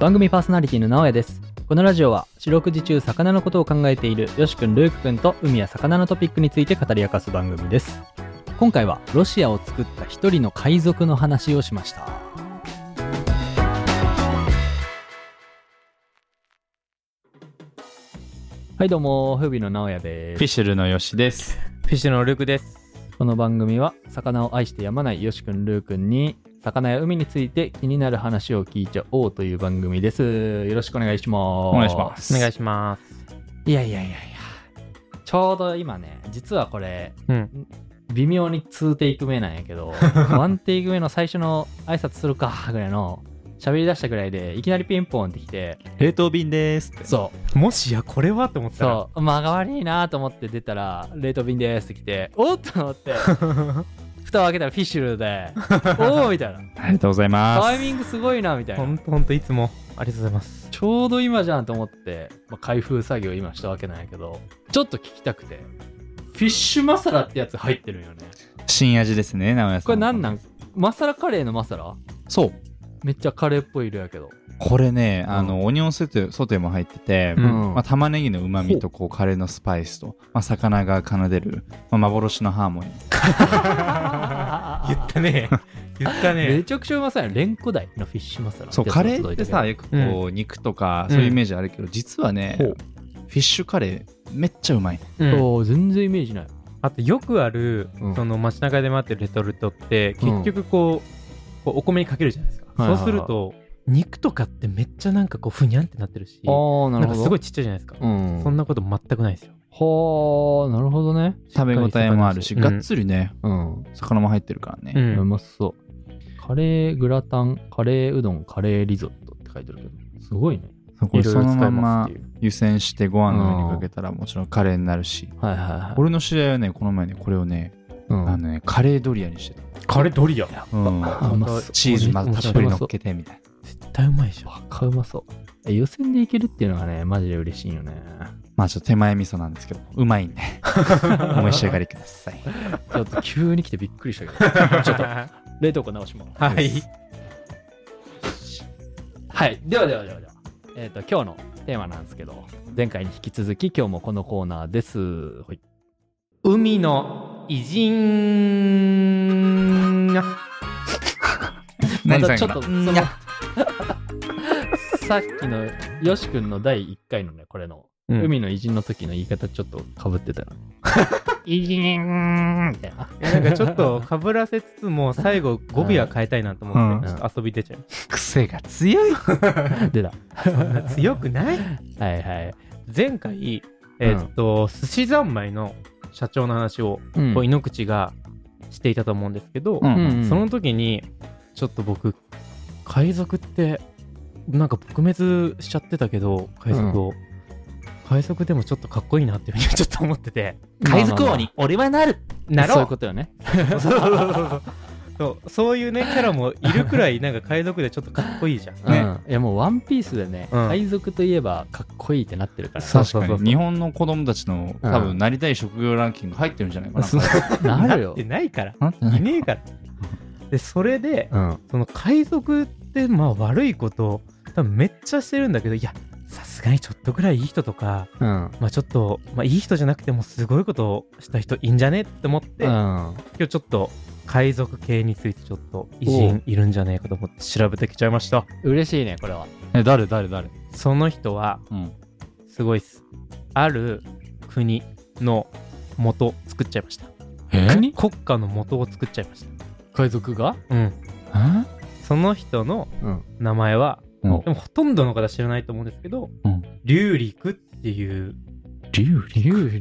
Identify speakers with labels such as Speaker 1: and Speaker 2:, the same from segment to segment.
Speaker 1: 番組パーソナリティの直哉ですこのラジオは四六時中魚のことを考えているよしくんルークくんと海や魚のトピックについて語り明かす番組です今回はロシアを作った一人の海賊の話をしましたはいどうも風靡の直哉です
Speaker 2: フィッシュルのよしです。
Speaker 3: フィッシュのルークです。
Speaker 1: この番組は魚を愛してやまないよしくんルーくんに魚や海について気になる話を聞いちゃおうという番組ですよろしくお願いします
Speaker 2: お願いします。
Speaker 3: お願い
Speaker 2: し
Speaker 3: します。
Speaker 1: いやいやいやいやちょうど今ね実はこれ
Speaker 3: うん。
Speaker 1: 微妙に2テイク目なんやけ どワンテイク目の最初の挨拶するかぐらいの喋り出したぐらいでいきなりピンポンってきて
Speaker 2: ます。冷凍便ですって。
Speaker 1: そう
Speaker 3: もしやこれはと思ってたら。
Speaker 1: そう間が悪いなと思って出たら「冷凍便です」って来て「おっ!」と思 って蓋を開けたらフィッシュル で「おお!」みたいな
Speaker 2: ありがとうございま
Speaker 1: タ
Speaker 2: す。
Speaker 1: イミングすごいなみたい
Speaker 3: ほ
Speaker 1: なん
Speaker 3: とほんといつもありがとうござ います。
Speaker 1: ちょうど今じゃんと思って、まあ、開封作業今したわけなんやけどちょっと聞きたくてフィッシュマサラってやつ入ってるんよね
Speaker 2: 新味ですね、直哉さん。
Speaker 1: これなんなんマサラカレーのマサラ
Speaker 2: そう。
Speaker 1: めっちゃカレーっぽい色やけど
Speaker 2: これね、
Speaker 1: うん
Speaker 2: あの、オニオンソテーソテーも入ってて、
Speaker 3: うん
Speaker 2: まあ、玉ねぎの旨味とこうカレーのスパイスと、まあ、魚が奏でる、まあ、幻のハーモニー。
Speaker 3: 言ったね。言った
Speaker 1: め
Speaker 3: ね。
Speaker 1: ちゃくちゃうまそうやんレンコ台のフィッシュマサラ
Speaker 2: そう、カレーってさ、
Speaker 1: い
Speaker 2: よくこう、肉とか、そういうイメージあるけど、実はね、
Speaker 3: ほ
Speaker 2: フ
Speaker 3: う
Speaker 2: ィッシュカレー、めっちゃうまい。
Speaker 3: うん
Speaker 1: おー全然イメージない
Speaker 3: あとよくある、
Speaker 1: うん
Speaker 3: その街中で待ってるレトルトって、結局こう、こうお米にかけるじゃないですか。
Speaker 1: はいはいはい
Speaker 3: そうすると、肉とかってめっちゃなんかこう、ふにゃんってなってるし、
Speaker 1: ああなる
Speaker 3: なん
Speaker 1: ほ
Speaker 3: か
Speaker 1: ど
Speaker 3: すごいちっちゃいじゃないですか。
Speaker 1: うん
Speaker 3: そんなこと全くないですよ。
Speaker 1: はあなるほどね
Speaker 2: 食べ応えもあるし、
Speaker 3: うん
Speaker 2: がっつりね、
Speaker 1: うん
Speaker 2: 魚も入ってるからね。
Speaker 1: うまそうカレーグラタンカレーうどんカレーリゾットって書いてるけどすごいね
Speaker 2: そうこ
Speaker 3: い
Speaker 2: れ
Speaker 3: ろい
Speaker 2: そ
Speaker 3: ろ
Speaker 2: の
Speaker 3: 使
Speaker 2: ま
Speaker 3: えま
Speaker 2: ます
Speaker 3: っていう。
Speaker 2: 湯煎してご飯の上にかけたらもちろんカレーになるし、
Speaker 1: はいはいはい
Speaker 2: 俺の知り合いはねこの前ねこれをね,、
Speaker 1: うん
Speaker 2: あのねカレードリアにして
Speaker 3: カレードリア。
Speaker 2: た、うん
Speaker 1: あうまそう
Speaker 2: チーズま
Speaker 1: 面白
Speaker 2: た
Speaker 1: そう
Speaker 2: っぷり乗っけてみたい
Speaker 3: 絶対うまいで しょ。
Speaker 1: バカうまそうえ予選でいけるっていうのがねマジで嬉しいよね
Speaker 2: なまあちょっと手前味噌なんですけどうまいんでお召し上がりください
Speaker 1: ちょっと急に来てびっくりしたけどちょっと冷凍庫直します
Speaker 3: はい。
Speaker 1: はいではではではではえっ、と今日のテーマなんですけど前回に引き続き今日もこのコーナーですはい
Speaker 3: 海の偉人
Speaker 1: ま
Speaker 2: 何
Speaker 1: たちょ
Speaker 2: さん
Speaker 1: っと
Speaker 2: か
Speaker 1: その さっきのよし君の第1回のねこれの海の偉人の時の言い方ちょっとかぶって たな偉 人みたいな
Speaker 3: なんかちょっとかぶらせつつも最後語尾は変えたいなと思っ
Speaker 1: うん
Speaker 3: て、ちょっと遊び出ちゃう、
Speaker 2: 癖が強い
Speaker 1: 出た
Speaker 3: そんな強くない
Speaker 1: はいはい、
Speaker 3: 前回えっと、寿司三昧の社長の話を
Speaker 1: うん
Speaker 3: こう井ノ口がしていたと思うんですけど、
Speaker 2: うん
Speaker 3: その時にちょっと僕海賊ってなんか撲滅しちゃってたけど海賊を、海賊でもちょっとかっこいいなっていうふうにちょっと思ってて
Speaker 1: 海賊王に
Speaker 3: 俺はなるな
Speaker 1: そうい
Speaker 3: ろ
Speaker 1: うことよね
Speaker 3: そうそうそうそうそうそういうねキャラもいるくらいなんか海賊でちょっとかっこいいじゃん
Speaker 2: ね
Speaker 1: うん、いやもう「ワンピースでね、
Speaker 3: うん
Speaker 1: 海賊といえばかっこいいってなってるから
Speaker 3: そう
Speaker 2: 確
Speaker 3: そう
Speaker 2: か
Speaker 3: そう
Speaker 2: に日本の子供たちの
Speaker 1: うん
Speaker 2: 多分なりたい職業ランキング入ってるんじゃないかな、
Speaker 1: なる
Speaker 3: っ
Speaker 1: よ
Speaker 3: て、ないから
Speaker 2: なってない
Speaker 3: ねえからでそれで
Speaker 1: うん、
Speaker 3: その海賊ってまあ悪いこと多分めっちゃしてるんだけどいやさすがにちょっとくらいいい人とか
Speaker 1: うん
Speaker 3: まあちょっと、まあ、いい人じゃなくてもすごいことをした人いいんじゃねって思って、
Speaker 1: う
Speaker 3: 今
Speaker 1: ん
Speaker 3: 日ちょっと海賊系についてちょっと偉人いるんじゃねえかと思って調べてきちゃいました
Speaker 1: 嬉しいねこれは
Speaker 2: え誰誰誰
Speaker 3: その人は
Speaker 2: うん
Speaker 3: すごいっす。ある国の元作っちゃいました。
Speaker 1: 国
Speaker 3: 国家の元を作っちゃいまし
Speaker 1: 海賊が
Speaker 3: た。うん。
Speaker 2: え
Speaker 3: その人の
Speaker 1: うん
Speaker 3: 名前は、
Speaker 2: うん
Speaker 3: でもほとんどの方知らないと思うんですけど、
Speaker 2: うん
Speaker 3: 龍陸っていう。
Speaker 1: 竜陸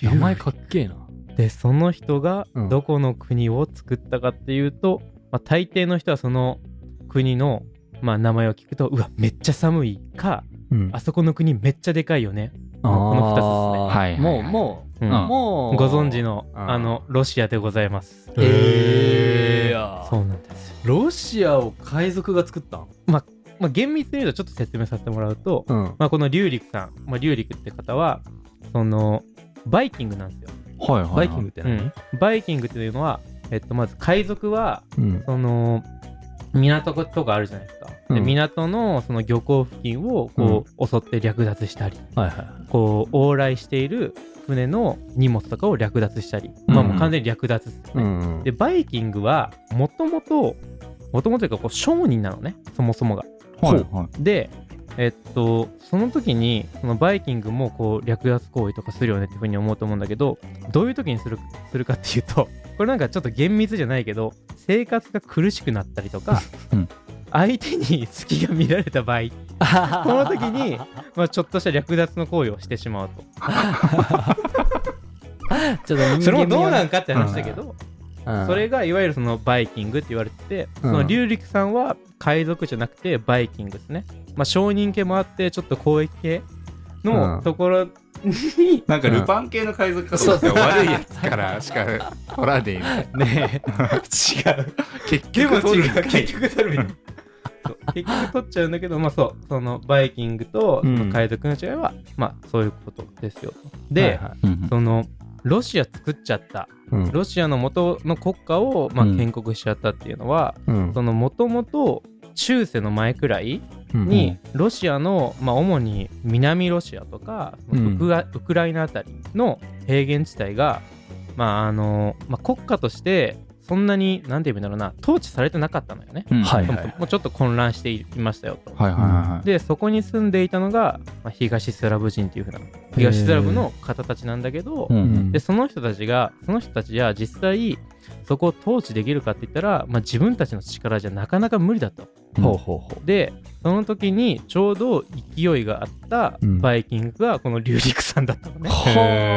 Speaker 3: 竜
Speaker 1: 名前かっけえな
Speaker 3: で、その人が
Speaker 1: うん
Speaker 3: どこの国を作ったかっていうと、まあ、大抵の人はその国の、まあ、名前を聞くと、うわ、めっちゃ寒いか、
Speaker 1: うん
Speaker 3: あそこの国めっちゃでかいよね。
Speaker 1: あー
Speaker 3: この二つですね
Speaker 2: はいはいはい
Speaker 1: もうも
Speaker 3: う
Speaker 1: う、
Speaker 3: ん
Speaker 1: もう
Speaker 3: ご存知の、
Speaker 1: うん
Speaker 3: あの、ロシアでございます。
Speaker 1: ええや
Speaker 3: そうなんですよ。
Speaker 1: ロシアを海賊が作ったん
Speaker 3: まあ、厳密に言うとちょっと説明させてもらうと、
Speaker 1: うん
Speaker 3: まあ、この龍陸さん、まあ、龍陸って方はそのバイキングなんですよ、
Speaker 2: はいはいはい
Speaker 1: バイキングって
Speaker 3: う
Speaker 1: 何、
Speaker 3: ん、バイキングっていうのは、えっと、まず海賊は
Speaker 1: うん
Speaker 3: その港とかあるじゃないですか
Speaker 1: う
Speaker 3: で
Speaker 1: ん
Speaker 3: 港のその漁港付近をこう、襲って略奪したり
Speaker 1: はいはい。
Speaker 3: こう往来している船の荷物とかを略奪したり、まあ
Speaker 1: うん
Speaker 3: もう完全に略奪ですよね、
Speaker 1: ん
Speaker 3: でバイキングはもともともともというかこう商人なのねそもそもが
Speaker 2: はいはい。
Speaker 3: でえっとその時にそのバイキングもこう略奪行為とかするよねっていうふうに思うと思うんだけどどういう時にするするかっていうと これなんかちょっと厳密じゃないけど生活が苦しくなったりとか、
Speaker 2: うん
Speaker 3: 相手に隙が見られた 場合この時に、まあ、ちょっとした略奪の行為をしてしまうと
Speaker 1: ちょっと人間味
Speaker 3: それもどうな
Speaker 1: は
Speaker 3: んかって話だけど、
Speaker 1: うん
Speaker 3: それがいわゆるそのバイキングって言われてて、
Speaker 1: うん
Speaker 3: その龍陸さんは海賊じゃなくてバイキングですね。まあ、商人系もあって、ちょっと交易系
Speaker 1: う
Speaker 3: の
Speaker 1: ん
Speaker 3: ところに、
Speaker 2: なんかルパン系の海賊かそうですよ悪いやつからしか取らねえみたい
Speaker 3: ね
Speaker 2: な違う。結
Speaker 3: でも
Speaker 2: 局取
Speaker 3: 違
Speaker 2: るんか
Speaker 3: う、
Speaker 2: い
Speaker 3: 結局取るみたいな。そう結局取っちゃうんだけど、まあ そう、そのバイキングと
Speaker 1: うん
Speaker 3: 海賊の違いは、まあそういうことですよ。で、
Speaker 1: はいはい
Speaker 2: うんうん
Speaker 3: その、ロシア作っちゃった、
Speaker 1: うん
Speaker 3: ロシアの元の国家を、まあ、
Speaker 2: うん
Speaker 3: 建国しちゃったっていうのは、
Speaker 1: うん
Speaker 3: その元々中世の前くらい
Speaker 1: うん
Speaker 3: にロシアの、まあ、主に南ロシアとかそのウクラウクライナあたりの平原地帯が、まああのまあ、国家としてそんなに何て言うんだろうな統治されてなかったのよね。
Speaker 2: うん
Speaker 1: は
Speaker 2: はいい
Speaker 1: は
Speaker 2: はいい
Speaker 3: そもそももうちょっと混乱していましたよと。
Speaker 2: はいはい。
Speaker 3: でそこに住んでいたのが、まあ、東スラブ人っていうふうな東スラブの方たちなんだけど、
Speaker 2: うん
Speaker 1: うん
Speaker 3: でその人たちがその人たちが実際そこを統治できるかって言ったら、まあ、自分たちの力じゃなかなか無理だと。
Speaker 1: ほうほうほ
Speaker 3: でその時にちょうど勢いがあった
Speaker 1: うん
Speaker 3: バイキングがこの龍陸さんだったの
Speaker 1: う
Speaker 3: ね、
Speaker 2: へ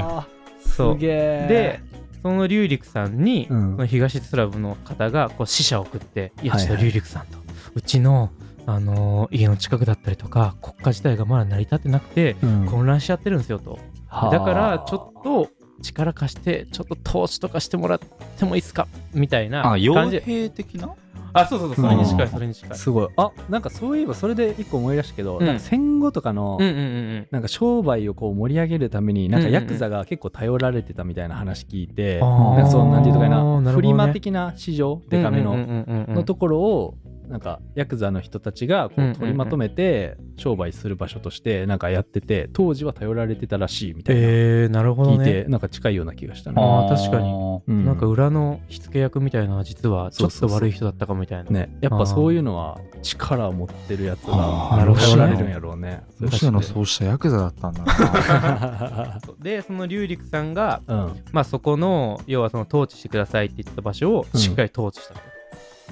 Speaker 2: ー
Speaker 1: ほう
Speaker 3: そう
Speaker 1: すげえ
Speaker 3: でその龍陸さんに、
Speaker 1: うん
Speaker 3: その東スラブの方がこう使者を送って「いや
Speaker 1: はい
Speaker 3: ち
Speaker 1: はい
Speaker 3: ょっと龍陸さんと」うちの、あのー家の近くだったりとか国家自体がまだ成り立ってなくて
Speaker 1: うん
Speaker 3: 混乱しちゃってるんですよと
Speaker 1: はあ
Speaker 3: だからちょっと力貸してちょっと投資とかしてもらってもいいですかみたいな
Speaker 2: あ、傭
Speaker 3: 感じ
Speaker 2: 兵的な
Speaker 3: あそうそうそうそれに近
Speaker 2: う
Speaker 3: い
Speaker 2: ん
Speaker 3: それに近い
Speaker 1: すごいあなんかそういえばそれで一個思い出したけど、
Speaker 3: うん
Speaker 1: なんか戦後とかの、
Speaker 3: うんうんうん
Speaker 1: なんか商売をこう盛り上げるためになんか
Speaker 3: うんうんう
Speaker 1: ヤ
Speaker 3: ん
Speaker 1: クザが結構頼られてたみたいな話聞いて、
Speaker 3: あ
Speaker 2: ー
Speaker 1: なんかそうなんていうとか
Speaker 3: なるほ
Speaker 1: な
Speaker 3: どね
Speaker 1: フリマ的な市場
Speaker 3: うん
Speaker 1: デカめの、
Speaker 3: うんうんうんうんうん
Speaker 1: のところをなんかヤクザの人たちがこ
Speaker 3: うんうんう
Speaker 1: うん取りまとめて商売する場所としてなんかやってて当時は頼られてたらしいみたいな
Speaker 3: えー、なるほど
Speaker 1: 聞い
Speaker 3: ね
Speaker 1: て。なんか近いような気がした
Speaker 3: あ
Speaker 1: な、
Speaker 3: ー確かに
Speaker 1: うん
Speaker 3: なんか裏の火付け役みたいなのは実はちょっと悪い人だったかみたいな。
Speaker 1: ねやっぱそういうのは力を持ってるやつ
Speaker 2: あ
Speaker 1: が
Speaker 2: ー
Speaker 3: なるほど
Speaker 1: 頼られるんやろうね
Speaker 2: ロシアの
Speaker 1: そ
Speaker 2: そうしたヤクザだったんだな。
Speaker 3: でその龍陸さんが、
Speaker 1: ううん
Speaker 3: まあ、そこの要はその統治してくださいって言った場所をしっかり統治したと。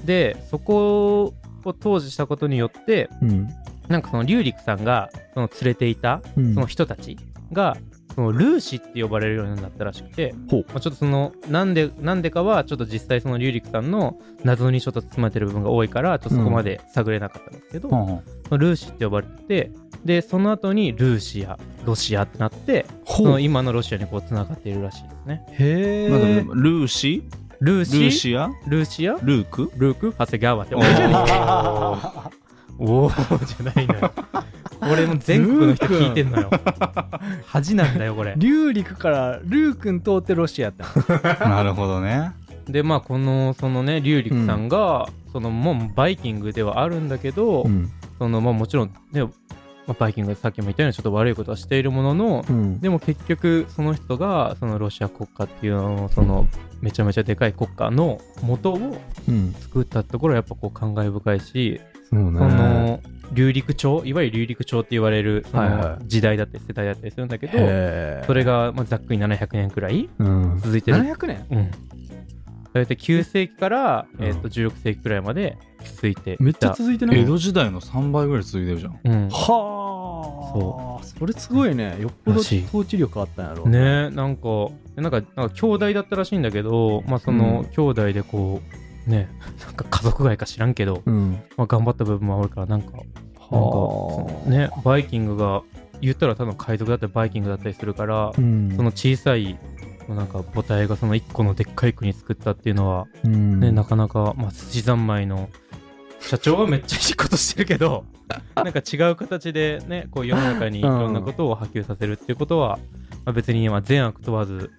Speaker 3: でそこを統治したことによって
Speaker 1: うん
Speaker 3: なんかその龍陸さんがその連れていた
Speaker 1: うん
Speaker 3: その人たちが、そのルーシって呼ばれるようになったらしくて、
Speaker 1: ほう
Speaker 3: まあ、ちょっとそのなんでなんでかはちょっと実際そのリュウリクさんの謎にちょっと包まれてる部分が多いからちょっとそこまで探れなかったんですけど、
Speaker 2: う
Speaker 3: そ
Speaker 2: んうん
Speaker 3: のルーシって呼ばれててでその後にルーシアロシアってなってそ
Speaker 1: ほ
Speaker 3: の
Speaker 1: う
Speaker 3: 今のロシアにこうつながっているらしいですね
Speaker 1: へ
Speaker 2: なん
Speaker 1: え
Speaker 2: かルーシ
Speaker 3: ルー
Speaker 2: ルー
Speaker 3: シ
Speaker 2: シア
Speaker 3: ルーシア
Speaker 2: ルーク
Speaker 3: ルーク長谷川って
Speaker 2: お
Speaker 3: 俺じゃねえか
Speaker 2: ー
Speaker 3: おおじゃないのよ俺も全国の人聞いてんのよ恥なんだよこれ
Speaker 1: 龍陸からルー君通ってロシアってな
Speaker 2: なるほどね。
Speaker 3: でまあこのそのね龍陸さんが、そのもうバイキングではあるんだけど、そのまあもちろんね、まあ、バイキングがさっきも言ったようにちょっと悪いことはしているものの、
Speaker 1: うん
Speaker 3: でも結局その人がそのロシア国家っていうのをそのめちゃめちゃでかい国家の元を
Speaker 1: うん
Speaker 3: 作ったところはやっぱこう感慨深いし、
Speaker 1: そう
Speaker 3: その龍陸朝いわゆる龍陸朝って言われるそ
Speaker 1: はいは
Speaker 3: の時代だったり世代だったりするんだけど、
Speaker 1: へー
Speaker 3: それがまあざっくり700年くらい
Speaker 1: うん
Speaker 3: 続いてる
Speaker 1: 700年
Speaker 3: うん。大体9世紀から、
Speaker 1: うん
Speaker 3: えー、と16世紀くらいまで続いていた。
Speaker 1: めっちゃ続いてない
Speaker 2: 江戸時代の3倍ぐらい続いてるじゃん。
Speaker 3: うん。ね
Speaker 1: はあそれすごいねよっぽど
Speaker 3: らしい
Speaker 1: 統治力あったんやろう
Speaker 3: えなんかなんかなんか兄弟だったらしいんだけど、まあ、その、
Speaker 1: うん
Speaker 3: 兄弟でこうねなんか家族外か知らんけど、
Speaker 1: うん
Speaker 3: まあ、頑張った部分もあるからなんかなんか
Speaker 1: はあ
Speaker 3: ねバイキングが言ったら多分海賊だったりバイキングだったりするから、その小さいなんか母体がその1個のでっかい国作ったっていうのは
Speaker 1: うん
Speaker 3: ね、なかなか、まあ、筋三昧の社長はめっちゃいいことしてる けどなんか違う形でねこう世の中にいろんなことを波及させるっていうことは、まあ、別にまあ善悪問わず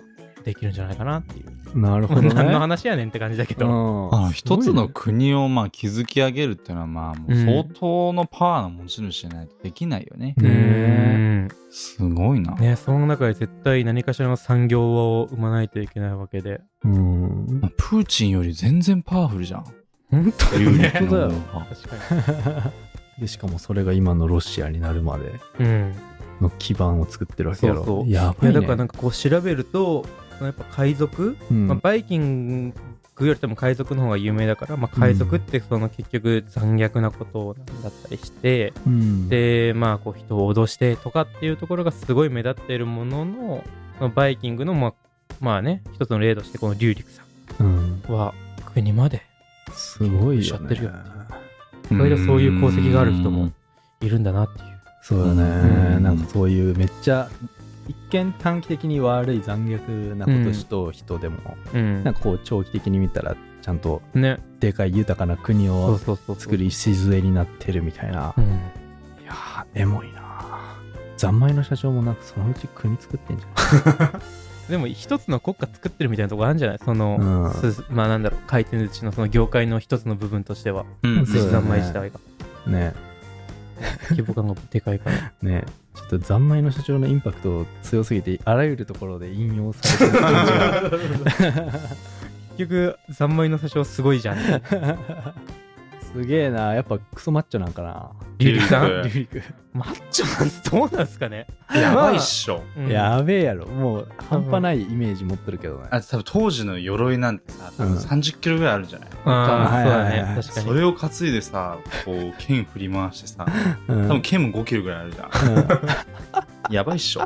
Speaker 3: できるんじゃないかなっていう
Speaker 1: なるほどね。
Speaker 3: 何の話やねんって感じだけ
Speaker 1: う
Speaker 3: ど、
Speaker 1: ん
Speaker 2: あの一つの
Speaker 1: す
Speaker 2: 国をまあ築き上げるっていうのはまあもう相当のパワーの持ち主じゃないとできないよね。
Speaker 1: うんね
Speaker 2: すごいな。
Speaker 3: ねその中で絶対何かしらの産業を生まないといけないわけで
Speaker 1: ごいねうん。
Speaker 2: まあプーチンより全然パワフルじゃん。
Speaker 3: 本当にね
Speaker 1: 本当だよ
Speaker 3: 確か
Speaker 1: で、しかもそれが今のロシアになるまで
Speaker 3: に、うん、
Speaker 1: の基盤を作ってるわけやろ。
Speaker 3: そうそう
Speaker 1: や
Speaker 3: い
Speaker 1: ばい、
Speaker 3: や
Speaker 1: ね。
Speaker 3: だからなんかこう調べるとそのやっぱ海賊、
Speaker 1: うん
Speaker 3: まあ、バイキングよりとも海賊の方が有名だから、まあ、海賊ってその結局残虐なことなんだったりして、
Speaker 1: うん、
Speaker 3: でまあこう人を脅してとかっていうところがすごい目立っているものの、まあ、バイキングのまあまあね一つの例としてこの龍陸さ
Speaker 1: うん、
Speaker 3: んは国まです
Speaker 1: ごい
Speaker 3: しち
Speaker 1: よ
Speaker 3: ゃっ
Speaker 1: ね。
Speaker 3: てるよ意外とそういう功績がある人もいるんだなっていう。
Speaker 1: そうだね、
Speaker 2: うん
Speaker 1: なんかそういうめっちゃ一見短期的に悪い残虐なことしと人でも、
Speaker 3: うん
Speaker 1: なんかこう長期的に見たらちゃんと
Speaker 3: ね、
Speaker 1: でかい豊かな国
Speaker 3: そう
Speaker 1: を
Speaker 3: そうそうそう
Speaker 1: 作る、礎になってるみたいな
Speaker 3: う、ん
Speaker 1: いやーエモいな残米の社長もなんかそのうち国作ってんじゃない
Speaker 3: でも一つの国家作ってるみたいなとこあるんじゃないその、
Speaker 1: うん
Speaker 3: すまあなんだろう回転寿司のその業界の一つの部分としては
Speaker 2: うん
Speaker 1: そうだね
Speaker 3: 三昧自体が
Speaker 1: ね
Speaker 3: 規模感がでかいから
Speaker 1: ねちょっと残米の社長のインパクト強すぎてあらゆるところで引用されてる感じが
Speaker 3: 結局三昧の社長すごいじゃん
Speaker 1: すげえなやっぱクソマッチョなんかな
Speaker 3: リュウリさん
Speaker 2: リ
Speaker 1: リク
Speaker 3: マッチョなんすどうなんすかね、
Speaker 2: やばいっしょ。
Speaker 3: うん
Speaker 1: やべえやろもう半端ないイメージ持ってるけどね
Speaker 2: あ多分当時の鎧なんてさ、多分
Speaker 1: うん
Speaker 2: 30キロぐらいあるんじゃない、
Speaker 3: あ
Speaker 1: は
Speaker 3: ー
Speaker 1: いはい
Speaker 3: そうだ
Speaker 1: はい
Speaker 3: ね確か
Speaker 2: そ
Speaker 3: に
Speaker 2: れを担いでさ、こう、剣振り回してさ、
Speaker 1: うん
Speaker 2: 多分剣も5キロぐらいあるじゃん。
Speaker 1: うん
Speaker 2: やばいっしょ。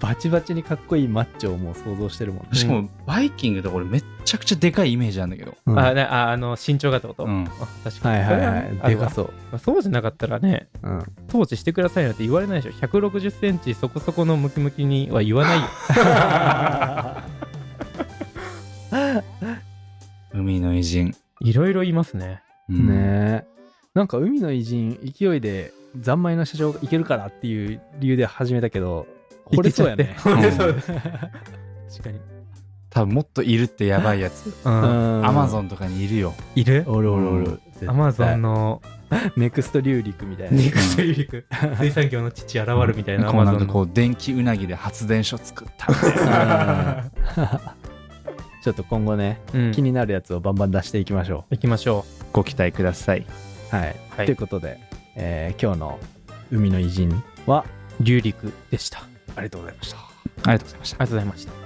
Speaker 1: バチバチにかっこいいマッチョをもう想像してるもんね
Speaker 2: しかも、バイキングって俺めっちゃくちゃでかいイメージなんだけど。
Speaker 1: うん
Speaker 3: あねああの身長がってこと、
Speaker 2: うん
Speaker 3: あ確か
Speaker 1: は
Speaker 3: に
Speaker 1: いはいはいで
Speaker 3: それはあるわ
Speaker 1: かそう
Speaker 3: まあそうじゃなかったらね
Speaker 1: うん
Speaker 3: 統治してくださいなんて言われないでしょ160センチそこそこのムキムキには言わないよ
Speaker 2: 海の偉人。
Speaker 3: いろいろいますね
Speaker 2: うん
Speaker 1: ねえなんか海の偉人勢いで残米の社長がいけるからっていう理由で始めたけど惚れそうやね
Speaker 3: いけちゃっ
Speaker 2: 惚
Speaker 3: て
Speaker 2: れそう
Speaker 3: 確かに
Speaker 2: 多分もっといるってやばいやつ。
Speaker 3: うん
Speaker 2: アマ
Speaker 1: ン
Speaker 2: ゾンとかにいるよ。
Speaker 3: いる
Speaker 1: おるおるお
Speaker 2: う
Speaker 1: る
Speaker 3: アマゾン
Speaker 1: の
Speaker 3: の
Speaker 1: ネクスト龍陸みたいな
Speaker 3: 肉水陸水産業の父現るみたいな
Speaker 2: こ
Speaker 3: ア
Speaker 2: う
Speaker 3: マ
Speaker 2: な
Speaker 3: ゾ
Speaker 2: んか
Speaker 3: ン
Speaker 2: こ
Speaker 3: の
Speaker 2: う、電気うなぎで発電所作ったみたいな。
Speaker 1: あー ちょっと今後ね
Speaker 3: うん
Speaker 1: 気になるやつをバンバン出していきましょ
Speaker 3: 行きましょ
Speaker 2: ご期待ください。
Speaker 1: うはい、
Speaker 3: はい
Speaker 1: ということで、えー今日の海の偉人は
Speaker 3: う龍陸でしたあ
Speaker 1: ありがとうございました
Speaker 2: ありがとうございました
Speaker 3: りがとうございました